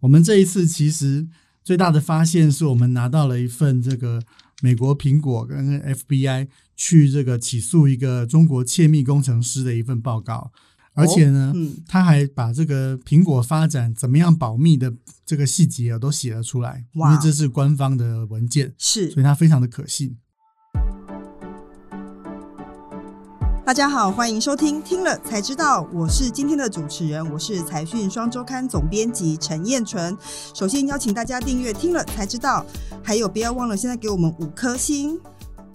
我们这一次其实最大的发现是我们拿到了一份这个美国苹果跟 FBI 去这个起诉一个中国窃密工程师的一份报告，而且呢，嗯，他还把这个苹果发展怎么样保密的这个细节啊都写了出来，因哇为这是官方的文件，是所以它非常的可信。大家好，欢迎收听《听了才知道》，我是今天的主持人，我是财讯双周刊总编辑陈燕纯。首先邀请大家订阅《听了才知道》，还有不要忘了现在给我们五颗星。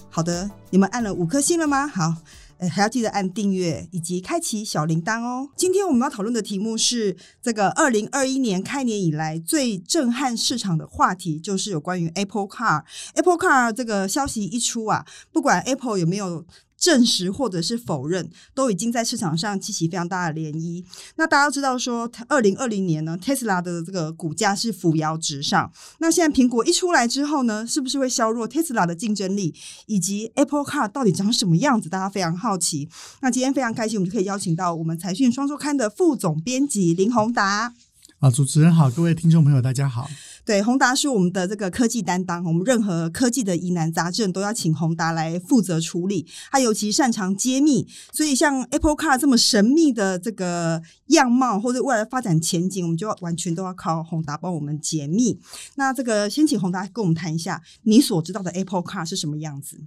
好的，你们按了五颗星了吗？好。呃还要记得按订阅以及开启小铃铛哦。今天我们要讨论的题目是这个二零二一年开年以来最震撼市场的话题，就是有关于 Apple Car。Apple Car 这个消息一出啊，不管 Apple 有没有证实或者是否认，都已经在市场上激起非常大的涟漪。那大家都知道说，二零二零年呢，Tesla 的这个股价是扶摇直上。那现在苹果一出来之后呢，是不是会削弱 Tesla 的竞争力，以及 Apple Car 到底长什么样子？大家非常好奇。那今天非常开心，我们就可以邀请到我们财讯双周刊的副总编辑林宏达。啊，主持人好，各位听众朋友，大家好。对，宏达是我们的这个科技担当，我们任何科技的疑难杂症都要请宏达来负责处理。他尤其擅长揭秘，所以像 Apple Car 这么神秘的这个样貌或者未来发展前景，我们就要完全都要靠宏达帮我们解密。那这个先请宏达跟我们谈一下你所知道的 Apple Car 是什么样子？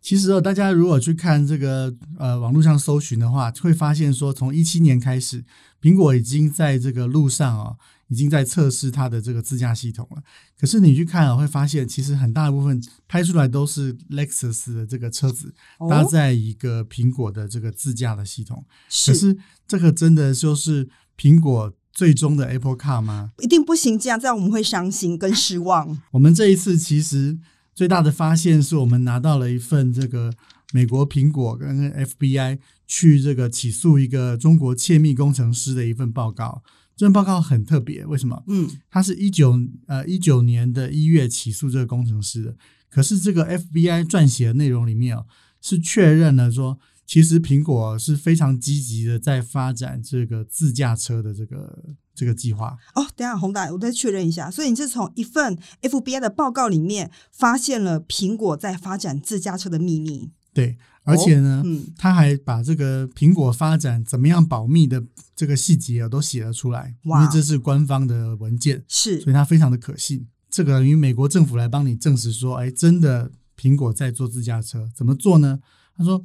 其实哦，大家如果去看这个呃网络上搜寻的话，会发现说，从一七年开始，苹果已经在这个路上哦，已经在测试它的这个自驾系统了。可是你去看啊、会发现其实很大部分拍出来都是 Lexus 的这个车子哦搭载一个苹果的这个自驾的系统。可是是这个真的就是苹果最终的 Apple Car 吗？一定不行，这样这样我们会伤心跟失望。我们这一次其实最大的发现是我们拿到了一份这个美国苹果跟 FBI 去这个起诉一个中国窃密工程师的一份报告。这份报告很特别，为什么？嗯，它是一九呃一九年的一月起诉这个工程师的，可是这个 FBI 撰写的内容里面哦，是确认了说，其实苹果是非常积极的在发展这个自驾车的这个这个计划。哦，等一下，宏达，我再确认一下。所以你是从一份 FBI 的报告里面发现了苹果在发展自驾车的秘密，对，而且呢，嗯，他还把这个苹果发展怎么样保密的这个细节啊都写了出来，因哇为这是官方的文件，所是以它非常的可信。这个等于美国政府来帮你证实说，哎，真的苹果在做自驾车，怎么做呢？他说，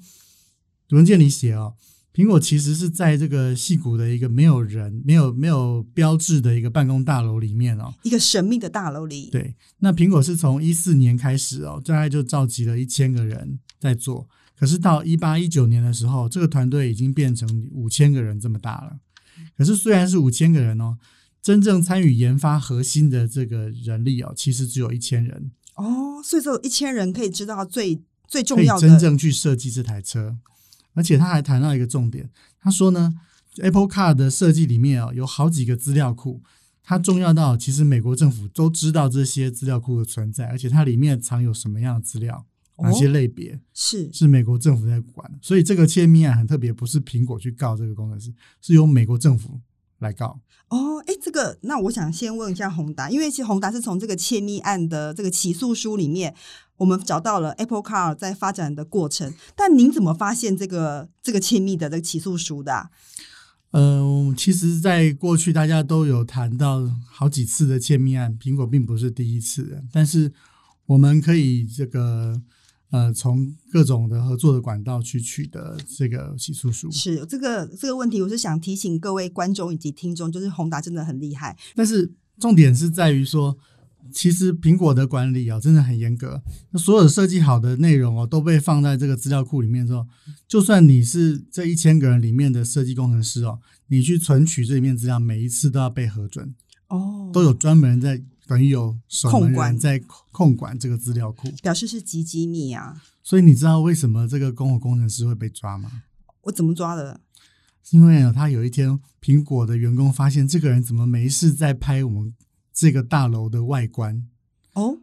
文件里写哦，苹果其实是在这个戏谷的一个没有人、没有没有标志的一个办公大楼里面哦，一个神秘的大楼里，对，那苹果是从一四年开始哦，大概就召集了一千个人在做。可是到一八一九年的时候，这个团队已经变成五千个人这么大了。可是虽然是五千个人哦，真正参与研发核心的这个人力哦，其实只有一千人，哦，所以只有一千人可以知道最最可重以要真的，正去设计这台车。而且他还谈到一个重点，他说呢，Apple Car 的设计里面哦，有好几个资料库，它重要到其实美国政府都知道这些资料库的存在，而且它里面藏有什么样的资料，哦哪些类别、是是美国政府在管的。所以这个窃密案很特别，不是苹果去告这个工程师，是由美国政府来告。哦，哎，这个那我想先问一下宏达，因为其实宏达是从这个窃密案的这个起诉书里面，我们找到了 Apple Car 在发展的过程，但您怎么发现这个这个窃密的这个起诉书的啊、嗯，其实，在过去大家都有谈到好几次的窃密案，苹果并不是第一次的，但是我们可以这个呃，从各种的合作的管道去取得这个起诉书。是这个这个问题，我是想提醒各位观众以及听众，就是宏达真的很厉害，但是重点是在于说，其实苹果的管理啊、真的很严格，那所有设计好的内容哦都被放在这个资料库里面之后，就算你是这一千个人里面的设计工程师哦，你去存取这里面资料，每一次都要被核准。哦都有专门在等于有守门控管人在控管这个资料库，表示是极机密啊，所以你知道为什么这个公火工程师会被抓吗？我怎么抓的？是因为呢他有一天苹果的员工发现这个人怎么没事在拍我们这个大楼的外观，哦，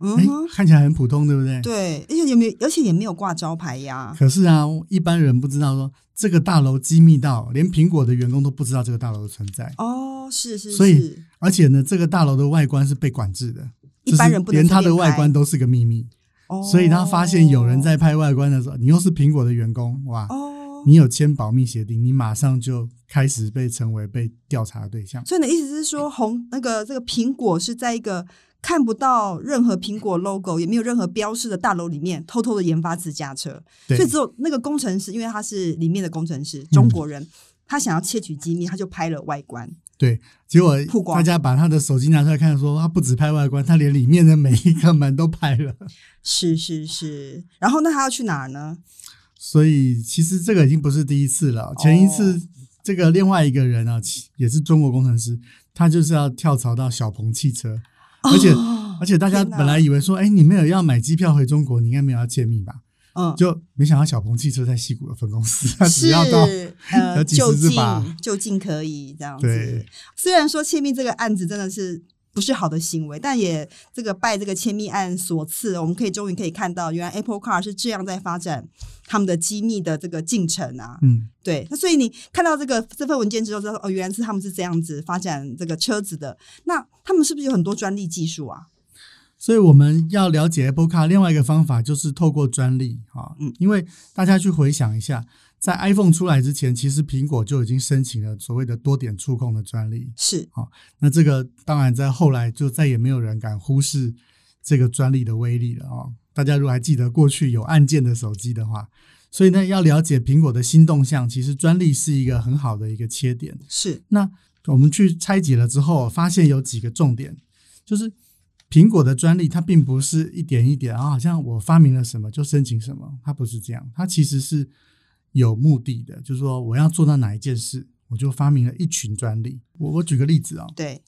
嗯哎、哼，看起来很普通，对不对？对，而且也没有，而且也没有挂招牌呀，可是啊，一般人不知道说这个大楼机密到连苹果的员工都不知道这个大楼的存在，哦，是是，所以是而且呢，这个大楼的外观是被管制的，一般人不就是能连它的随便外拍观都是个秘密。哦所以他发现有人在拍外观的时候，你又是苹果的员工，哇，哦，你有签保密协定，你马上就开始被成为被调查的对象。所以你的意思是说，红那个这个苹果是在一个看不到任何苹果 logo，也没有任何标识的大楼里面偷偷的研发自驾车，对嗯所以只有那个工程师，因为他是里面的工程师，中国人，他想要窃取机密，他就拍了外观。对，结果曝光大家把他的手机拿出来看说他不止拍外观，他连里面的每一个门都拍了。 是是是，然后那他要去哪儿呢？所以其实这个已经不是第一次哦了，前一次这个另外一个人啊，其也是中国工程师，他就是要跳槽到小鹏汽车，而且哦而且大家天哪本来以为说，哎，你没有要买机票回中国，你应该没有要见面吧？嗯，就没想到小鹏汽车在西谷的分公司， 他只是要到呃 要几就十次近吧就近可以这样子对。虽然说窃密这个案子真的是不是好的行为，但也这个拜这个窃密案所赐，我们可以终于可以看到，原来 Apple Car 是这样在发展他们的机密的这个进程啊。嗯，对，那所以你看到这个这份文件之后，知道哦，原来是他们是这样子发展这个车子的。那他们是不是有很多专利技术啊？所以我们要了解 Apple Car，另外一个方法就是透过专利啊，嗯因为大家去回想一下，在 iPhone 出来之前，其实苹果就已经申请了所谓的多点触控的专利。是那这个当然在后来就再也没有人敢忽视这个专利的威力了哦。大家如果还记得过去有按键的手机的话，所以呢，要了解苹果的新动向，其实专利是一个很好的一个切点。是，那我们去拆解了之后，发现有几个重点，就是苹果的专利它并不是一点一点啊，好像我发明了什么就申请什么，它不是这样，它其实是有目的的，就是说我要做到哪一件事，我就发明了一群专利。我我举个例子啊、对，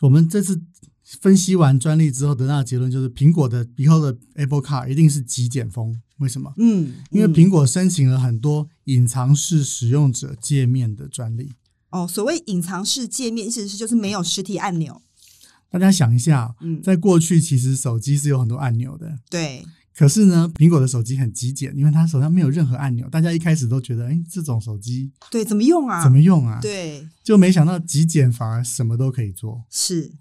我们这次分析完专利之后得到的结论就是，苹果的以后的 Apple Car 一定是极简风，为什么？嗯，因为嗯苹果申请了很多隐藏式使用者界面的专利。哦，所谓隐藏式界面，意思是就是没有实体按钮。大家想一下，嗯，在过去，其实手机是有很多按钮的。对，可是呢，苹果的手机很极简，因为它手上没有任何按钮。大家一开始都觉得，哎，这种手机对，怎么用啊？怎么用啊？对，就没想到极简反而什么都可以做。是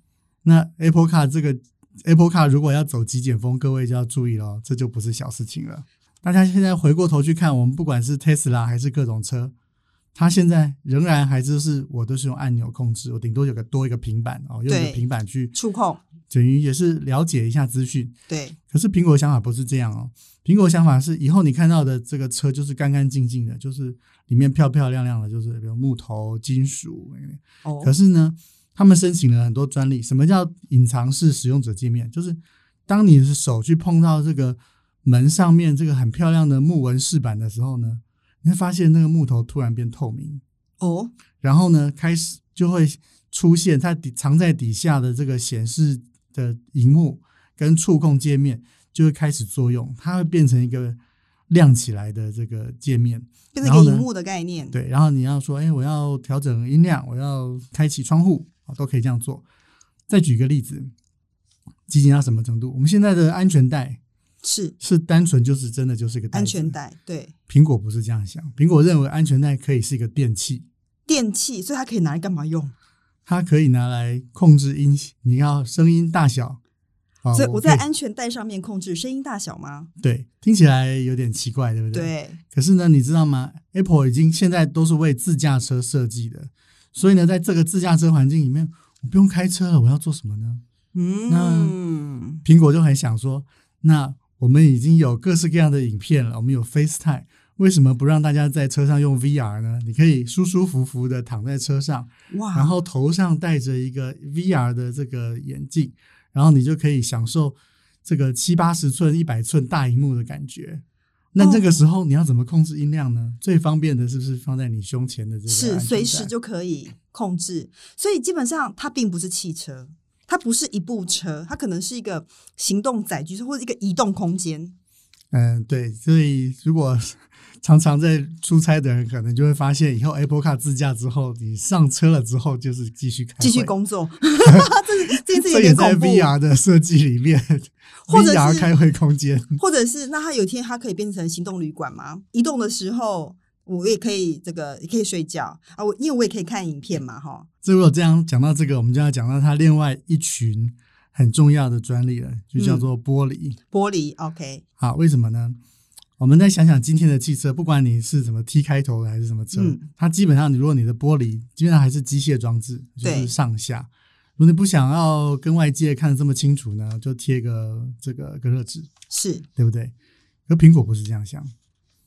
那 Apple Car 这个 Apple Car 如果要走极简风，各位就要注意咯，这就不是小事情了。大家现在回过头去看，我们不管是 Tesla 还是各种车，它现在仍然还是是我都是用按钮控制，我顶多有个多一个平板哦，用一对个平板去，触控，等于也是了解一下资讯。对，可是苹果的想法不是这样哦，苹果的想法是以后你看到的这个车就是干干净净的，就是里面漂漂亮亮的，就是比如木头、金属。哦，可是呢，他们申请了很多专利。什么叫隐藏式使用者界面？就是当你的手去碰到这个门上面这个很漂亮的木纹饰板的时候呢，你会发现那个木头突然变透明，哦，然后呢，开始就会出现它底藏在底下的这个显示的荧幕跟触控界面就会开始作用，它会变成一个亮起来的这个界面。变成然一后个荧呢幕的概念，，对，然后你要说，哎，我要调整音量，我要开启窗户，啊都可以这样做。再举个例子，极简到什么程度？我们现在的安全带是是单纯就是真的就是一个带子安全。带，对，苹果不是这样想，苹果认为安全带可以是一个电器，电器，所以它可以拿来干嘛用？它可以拿来控制音，你要声音大小。啊所以我我在可以安全带上面控制声音大小吗？对听起来有点奇怪，对不对？。对，可是呢，你知道吗？Apple 已经现在都是为自驾车设计的，所以呢，在这个自驾车环境里面，我不用开车了，我要做什么呢？嗯，苹果就很想说，那我们已经有各式各样的影片了，我们有 FaceTime，为什么不让大家在车上用 VR 呢？你可以舒舒服服的躺在车上，哇，然后头上戴着一个 VR 的这个眼镜，然后你就可以享受这个七八十寸、一百寸大荧幕的感觉。那这个时候你要怎么控制音量呢？最方便的是不是放在你胸前的这个安哦是全带随时就可以控制，所以基本上它并不是汽车，它不是一部车，它可能是一个行动载具或者一个移动空间。嗯对，所以如果常常在出差的人，可能就会发现以后 Apple Car 自驾之后，你上车了之后就是继续开会继续。工作，这这件事这有也点在恐怖。 VR 的设计里面或者是，VR 开会空间，或者是那它有一天它可以变成行动旅馆吗？移动的时候我也可以这个也可以睡觉啊，我因为我也可以看影片嘛，哈。这如果这样讲到这个，我们就要讲到它另外一群很重要的专利了，就叫嗯做玻璃。玻璃，OK，啊，为什么呢？我们再想想今天的汽车，不管你是什么 T 开头的还是什么车，嗯它基本上你如果你的玻璃基本上还是机械装置，就对是上下。如果你不想要跟外界看得这么清楚呢，就贴个这个隔热纸，是对不对？可苹果不是这样想，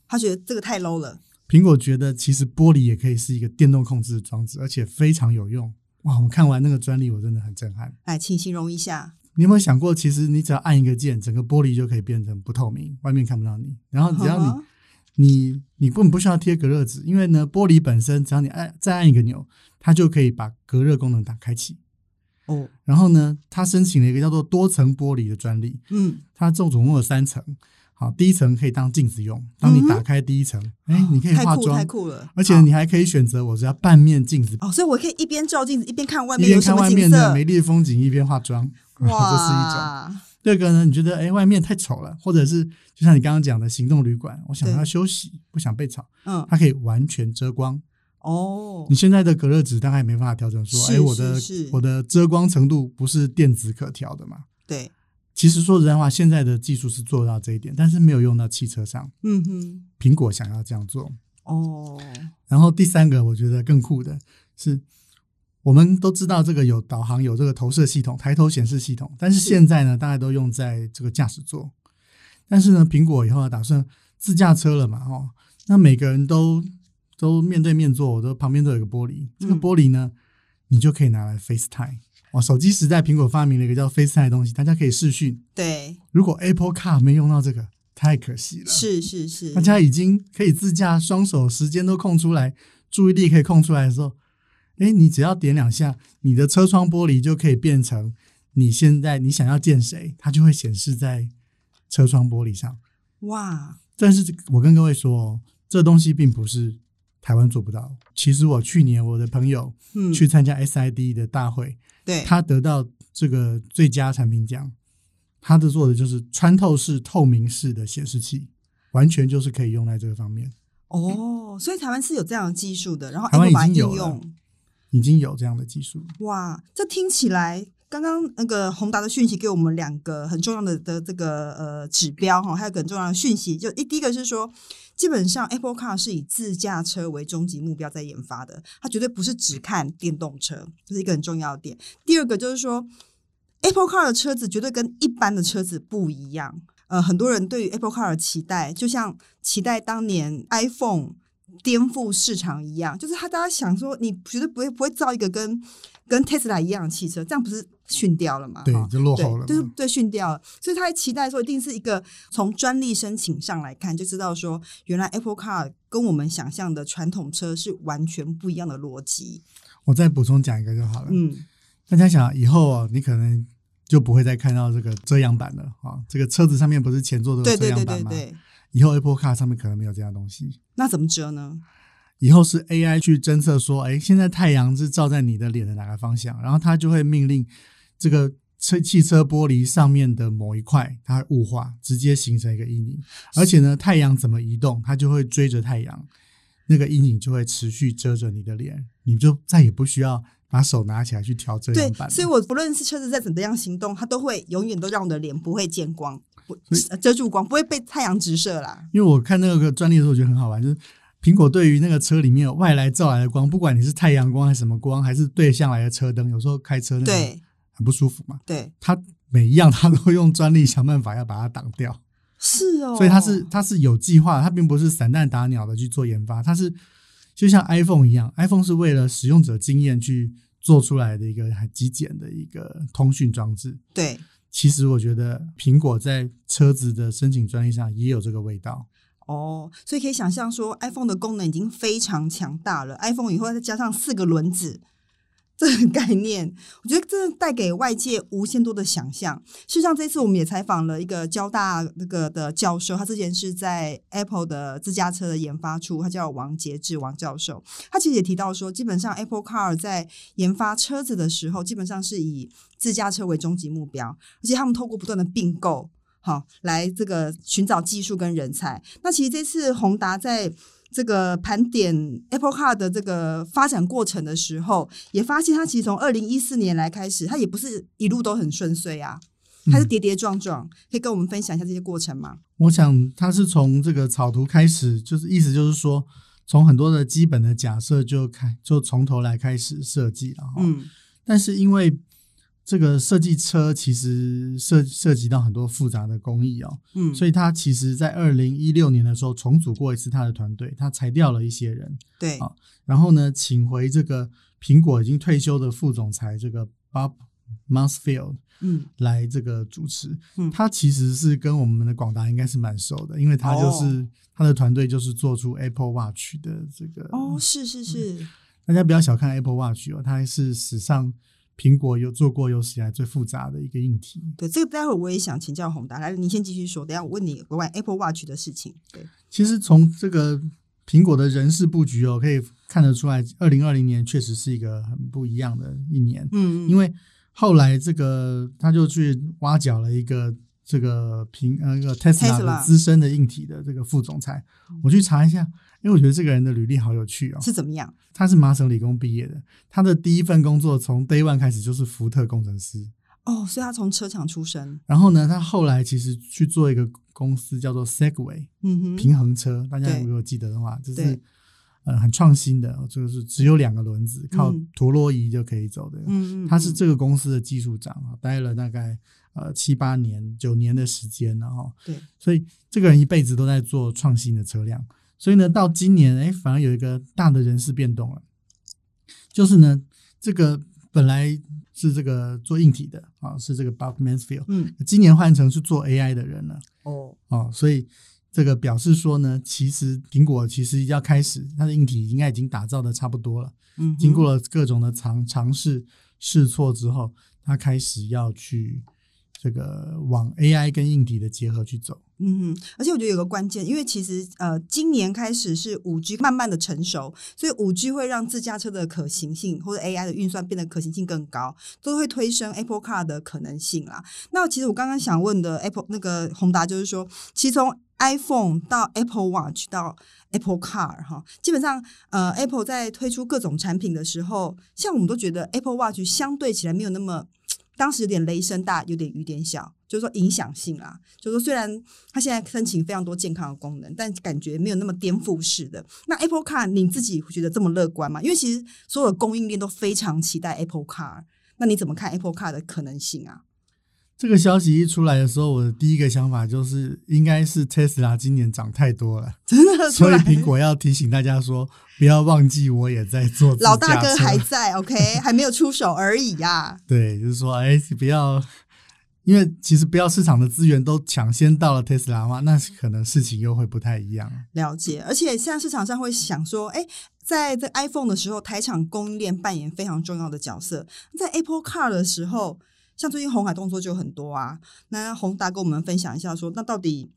他觉得这个太 low 了，苹果觉得其实玻璃也可以是一个电动控制的装置，而且非常有用。哇，我看完那个专利，我真的很震撼。哎，请形容一下，你有没有想过，其实你只要按一个键，整个玻璃就可以变成不透明，外面看不到你。然后只要啊你呵呵你你根本不需要贴隔热纸，因为呢，玻璃本身只要你按再按一个钮，它就可以把隔热功能打开启。哦，然后呢，它申请了一个叫做多层玻璃的专利，嗯，它这种总共有三层。好，第一层可以当镜子用，当你嗯哼打开第一层，哎、你可以嗯哦太化酷太妆，酷了，而且好你还可以选择我只要半面镜子，哦，所以我可以一边照镜子一边看外一面有边什看么外景面的色 美， 丽的风景，一边化妆， 这是一种。哇，第二个呢，你觉得哎外面太丑了，或者是就像你刚刚讲的行动旅馆，我想对要休息，不想被吵，嗯，它可以完全遮光。哦你，现在的隔热纸大概没办法调整说，是哎，我的是是我的遮光程度不是电子可调的嘛？对，其实说实在话，现在的技术是做到这一点，但是没有用到汽车上。嗯哼，苹果想要这样做。哦，然后第三个，我觉得更酷的是，我们都知道这个有导航，有这个投射系统、抬头显示系统，但是是现在呢，大家都用在这个驾驶座。但是呢，苹果以后啊打算自驾车了嘛，哦，那每个人都都面对面坐，我都旁边都有一个玻璃，这个嗯玻璃呢，你就可以拿来 FaceTime。哦，手机时代，苹果发明了一个叫 FaceTime 的东西，大家可以视讯。对，如果 Apple Car 没用到这个，太可惜了。是是是，大家已经可以自驾，双手时间都空出来，注意力可以空出来的时候，哎，你只要点两下，你的车窗玻璃就可以变成你现在你想要见谁，它就会显示在车窗玻璃上。哇，但是我跟各位说哦，这东西并不是台湾做不到。其实我去年我的朋友嗯，去参加 SID 的大会，对，他得到这个最佳产品奖，他的做的就是穿透式、透明式的显示器，完全就是可以用在这个方面。哦，所以台湾是有这样的技术的，然后台湾 Apple 把它已应经有了用，已经有这样的技术。哇，这听起来。刚刚那个宏达的讯息给我们两个很重要的的这个呃指标哈，还有个很重要的讯息，就一第一个是说，基本上 Apple Car 是以自驾车为终极目标在研发的，它绝对不是只看电动车，这是一个很重要的点。第二个就是说，Apple Car 的车子绝对跟一般的车子不一样。呃，很多人对于 Apple Car 的期待，就像期待当年 iPhone 颠覆市场一样，就是他大家想说，你绝对不会不会造一个跟跟 Tesla 一样的汽车，这样不是逊掉了吗？对啊哈就落对后了就是嘛对逊掉了。所以他还期待说，一定是一个从专利申请上来看，就知道说，原来 Apple Car 跟我们想象的传统车是完全不一样的逻辑。我再补充讲一个就好了。嗯，大家想以后啊，你可能就不会再看到这个遮阳板了啊、这个车子上面不是前座都对有遮对阳对板对吗？对，以后 Apple Car 上面可能没有这样东西。那怎么折呢？以后是 AI 去侦测说，哎，现在太阳是照在你的脸的哪个方向，然后它就会命令这个车汽车玻璃上面的某一块，它会雾化，直接形成一个阴影。而且呢，太阳怎么移动，它就会追着太阳，那个阴影就会持续遮着你的脸，你就再也不需要把手拿起来去调遮对阳板，了。所以我不论是车子在怎么样行动，它都会永远都让我的脸不会见光，不呃遮住光，不会被太阳直射啦。因为我看那个专利的时候，我觉得很好玩，就是苹果对于那个车里面有外来照来的光，不管你是太阳光还是什么光，还是对向来的车灯，有时候开车那个对很不舒服嘛。对，它每一样它都用专利想办法要把它挡掉，是哦。所以它是它是有计划的，它并不是散弹打鸟的去做研发，它是就像 iPhone 一样，iPhone 是为了使用者经验去做出来的一个很极简的一个通讯装置。对其实我觉得苹果在车子的申请专利上也有这个味道。哦，所以可以想象说，iPhone 的功能已经非常强大了。iPhone 以后再加上四个轮子。 这个概念，我觉得真的带给外界无限多的想象。事实上，这次我们也采访了一个交大那个的教授，他之前是在 Apple 的自驾车的研发处，他叫王杰志王教授。他其实也提到说，基本上 Apple Car 在研发车子的时候，基本上是以自驾车为终极目标，而且他们透过不断的并购，好来这个寻找技术跟人才。那其实这次宏达在这个盘点 Apple Car 的这个发展过程的时候，也发现它其实从二零一四年来开始，它也不是一路都很顺遂啊，它是嗯跌跌撞撞。可以跟我们分享一下这些过程吗？我想它是从这个草图开始，就是意思就是说，从很多的基本的假设就开就从头来开始设计了。嗯，嗯但是因为这个设计车其实涉涉及到很多复杂的工艺哦，嗯，所以以它其实在二零一六年的时候重组过一次它的团队，它裁掉了一些人，对，好然后呢，请回这个苹果已经退休的副总裁这个 Bob Mansfield 嗯来这个主持。嗯他其实是跟我们的广达应该是蛮熟的，因为他就是、哦他的团队就是做出 Apple Watch 的这个。哦，是是是，大家不要小看 Apple Watch 哦，它是史上苹果有做过有史以来最复杂的一个硬体。对，这个待会儿我也想请教宏达，来，你先继续说，等一下我问你有关 Apple Watch 的事情。对，其实从这个苹果的人事布局哦，可以看得出来，二零二零年确实是一个很不一样的一年。嗯，因为为后来这个他就去挖角了一个这个平呃一个 Tesla 的 Tesla 资深的硬体的这个副总裁，我去查一下，因为我觉得这个人的履历好有趣哦。是怎么样？他是麻省理工毕业的，他的第一份工作从 Day One 开始就是福特工程师，哦，所以他从车厂出身，然后呢，他后来其实去做一个公司叫做 Segway 嗯哼，平衡车，大家对如果记得的话，就是对。呃，很创新的，就是只有两个轮子，靠嗯陀螺仪就可以走的。嗯嗯，他是嗯这个公司的技术长啊，待了大概呃七八年、九年的时间了哈。对，所以这个人一辈子都在做创新的车辆，所以呢，到今年哎，反而有一个大的人事变动了，就是呢，这个本来是这个做硬体的啊，是这个 Bob Mansfield，嗯今年换成是做 AI 的人了哦，哦，所以。这个表示说呢，其实苹果其实要开始，它的硬体应该已经打造的差不多了。嗯哼，经过了各种的尝尝试试错之后，他开始要去这个往 AI 跟硬体的结合去走。嗯哼，而且我觉得有个关键，因为其实呃，今年开始是五 G 慢慢的成熟，所以五 G 会让自驾车的可行性或者 AI 的运算变得可行性更高，都会推升 Apple Car 的可能性啦。那其实我刚刚想问的 Apple 那个宏达就是说，其实从 iPhone 到 Apple Watch 到 Apple Car 哈，基本上呃 Apple 在推出各种产品的时候，像我们都觉得 Apple Watch 相对起来没有那么。当时有点雷声大，有点雨点小，就是说影响性啦。就是说，虽然它现在申请非常多健康的功能，但感觉没有那么颠覆式的。那 Apple Car 你自己会觉得这么乐观吗？因为其实所有的供应链都非常期待 Apple Car，那你怎么看 Apple Car 的可能性啊？ 这个消息一出来的时候，我的第一个想法就是，应该是 Tesla 今年涨太多 了，真的，所以苹果要提醒大家说，不要忘记我也在做自老大驾哥车还在，OK，还没有出手而已啊呀、对，就是说，哎，不要，因为其实不要市场的资源都抢先到了 Tesla 的话，那可能事情又会不太一样。了解，而且现在市场上会想说，哎，在这 iPhone 的时候，台厂供应链扮演非常重要的角色。在 Apple Car 的时候，像最近红海动作就很多啊。那宏达跟我们分享一下说，那到底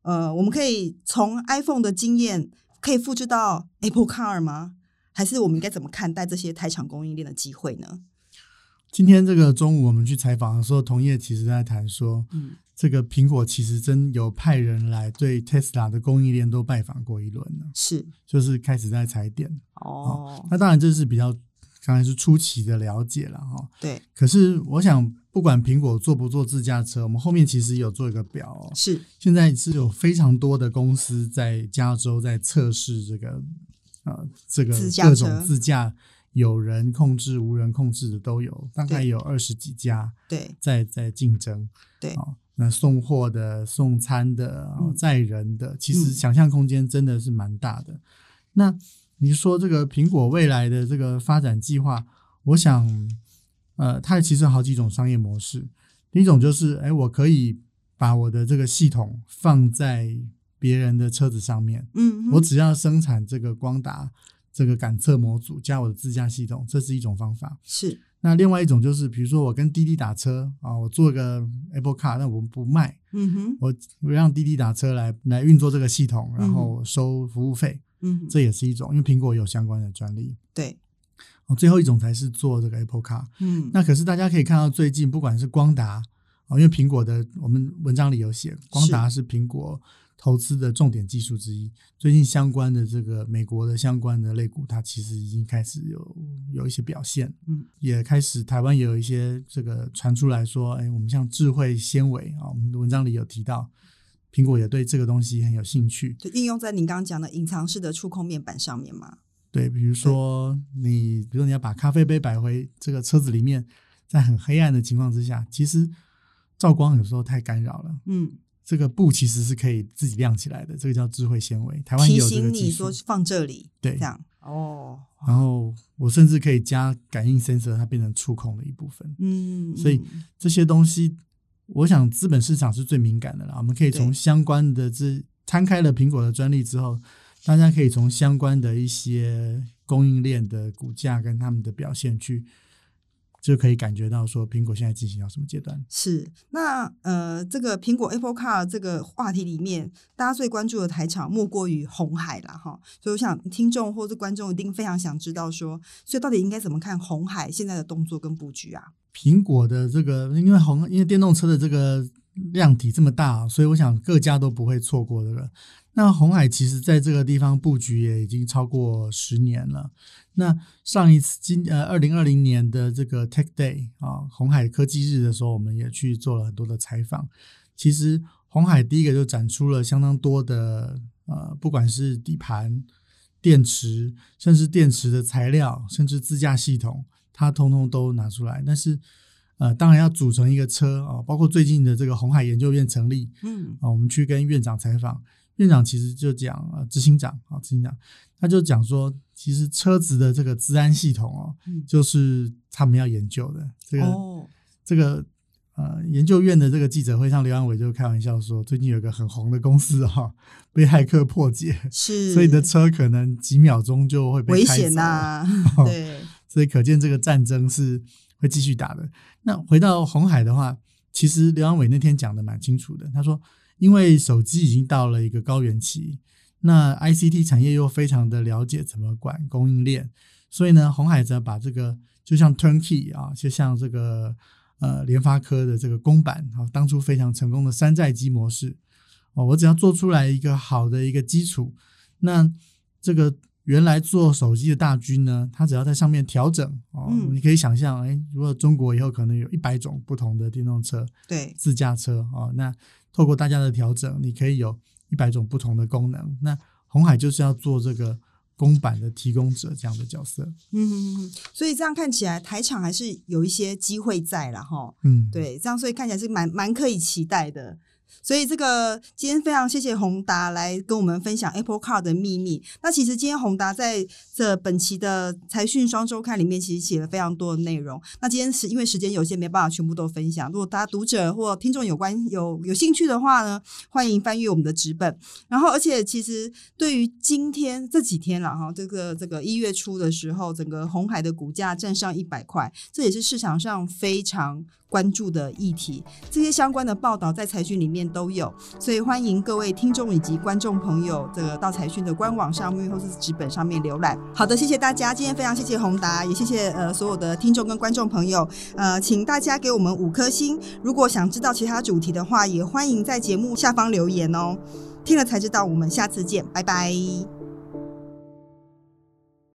呃，我们可以从 iPhone 的经验可以复制到 Apple Car 吗？还是我们应该怎么看待这些台厂供应链的机会呢？今天这个中午我们去采访的时候，同业其实在谈说，嗯这个苹果其实真有派人来对 Tesla 的供应链都拜访过一轮了，是就是开始在踩点。哦，那当然这是比较当然是初期的了解了哈、对，可是我想，不管苹果做不做自驾车，我们后面其实有做一个表、哦，是现在是有非常多的公司在加州在测试这个呃这个自驾车各种自驾。有人控制、无人控制的都有，大概对有二十几家对在在竞争。对哦，那送货的、送餐的、哦嗯、载人的，其实嗯想象空间真的是蛮大的。那你说这个苹果未来的这个发展计划，我想，呃，它其实有好几种商业模式。第一种就是，哎，我可以把我的这个系统放在别人的车子上面，嗯哼我只要生产这个光达这个感测模组加我的自驾系统，这是一种方法。是那另外一种就是，比如说我跟滴滴打车啊，我做个 Apple Car，那我不卖，嗯哼我我让滴滴打车来来运作这个系统，然后收服务费，嗯哼这也是一种，因为苹果有相关的专利。对哦，最后一种才是做这个 Apple Car。嗯那可是大家可以看到，最近不管是光达，哦，因为苹果的我们文章里有写，光达是苹果投资的重点技术之一。最近相关的这个美国的相关的类股，它其实已经开始有有一些表现，嗯，也开始台湾也有一些这个传出来说，哎，我们像智慧纤维啊，我们的文章里有提到，苹果也对这个东西很有兴趣。就应用在您刚刚讲的隐藏式的触控面板上面嘛。对，比如说你，比如说你要把咖啡杯摆回这个车子里面，在很黑暗的情况之下，其实照光有时候太干扰了。嗯，这个布其实是可以自己亮起来的，这个叫智慧纤维。台湾也嗯提有这醒个你技说术。放这里，对这，样哦，然后我甚至可以加感应 sensor，它变成触控的一部分。嗯，所以嗯这些东西，我想资本市场是最敏感的啦。我们可以对从相关的这摊开了苹果的专利之后，大家可以从相关的一些供应链的股价跟他们的表现去，就可以感觉到说苹果现在进行到什么阶段。是，那呃，这个苹果 Apple Car 这个话题里面，大家最关注的台场莫过于红海啦，哈。所以我想，听众或是观众一定非常想知道说，所以到底应该怎么看红海现在的动作跟布局啊？苹果的这个，因为红，因为电动车的这个量体这么大，所以我想各家都不会错过这个。那红海其实在这个地方布局也已经超过十年了。那上一次今呃二零二零年的这个 Tech Day 啊，红海科技日的时候，我们也去做了很多的采访。其实红海第一个就展出了相当多的呃，不管是底盘、电池，甚至电池的材料，甚至自驾系统，它通通都拿出来。但是呃，当然要组成一个车啊、包括最近的这个红海研究院成立，嗯啊，我们去跟院长采访，院长其实就讲啊，呃执行长啊，执行长他就讲说，其实车子的这个治安系统哦，嗯，就是他们要研究的。这个、哦，这个呃，研究院的这个记者会上，刘安伟就开玩笑说，最近有一个很红的公司哈、被骇客破解，是，所以你的车可能几秒钟就会被危开险啊走了呐、 对，所以可见这个战争是会继续打的。那回到红海的话，其实刘阳伟那天讲的蛮清楚的，他说，因为手机已经到了一个高原期，那 ICT 产业又非常的了解怎么管供应链，所以呢，红海则把这个就像 Turnkey 啊，就像这个呃联发科的这个公版啊，当初非常成功的山寨机模式哦，我只要做出来一个好的一个基础，那这个原来做手机的大军呢，它只要在上面调整哦，嗯你可以想象，哎，如果中国以后可能有一百种不同的电动车、对，自驾车哦，那透过大家的调整，你可以有一百种不同的功能。那红海就是要做这个公版的提供者这样的角色，嗯，所以这样看起来台场还是有一些机会在了哈。嗯，，对，这样所以看起来是蛮蛮可以期待的。所以这个今天非常谢谢宏达来跟我们分享 Apple Car 的秘密。那其实今天宏达在这本期的财讯双周刊里面，其实写了非常多的内容。那今天是因为时间有限，没办法全部都分享。如果大家读者或听众有关有有兴趣的话呢，欢迎翻阅我们的纸本。然后，而且其实对于今天这几天了哈，这个这个一月初的时候，整个红海的股价站上一百块，这也是市场上非常关注的议题。这些相关的报道在财讯里面都有，所以欢迎各位听众以及观众朋友，这个到财讯的官网上面或是纸本上面浏览。好的，谢谢大家，今天非常谢谢宏达，也谢谢呃所有的听众跟观众朋友，呃，请大家给我们五颗星。如果想知道其他主题的话，也欢迎在节目下方留言哦。听了才知道，我们下次见，拜拜。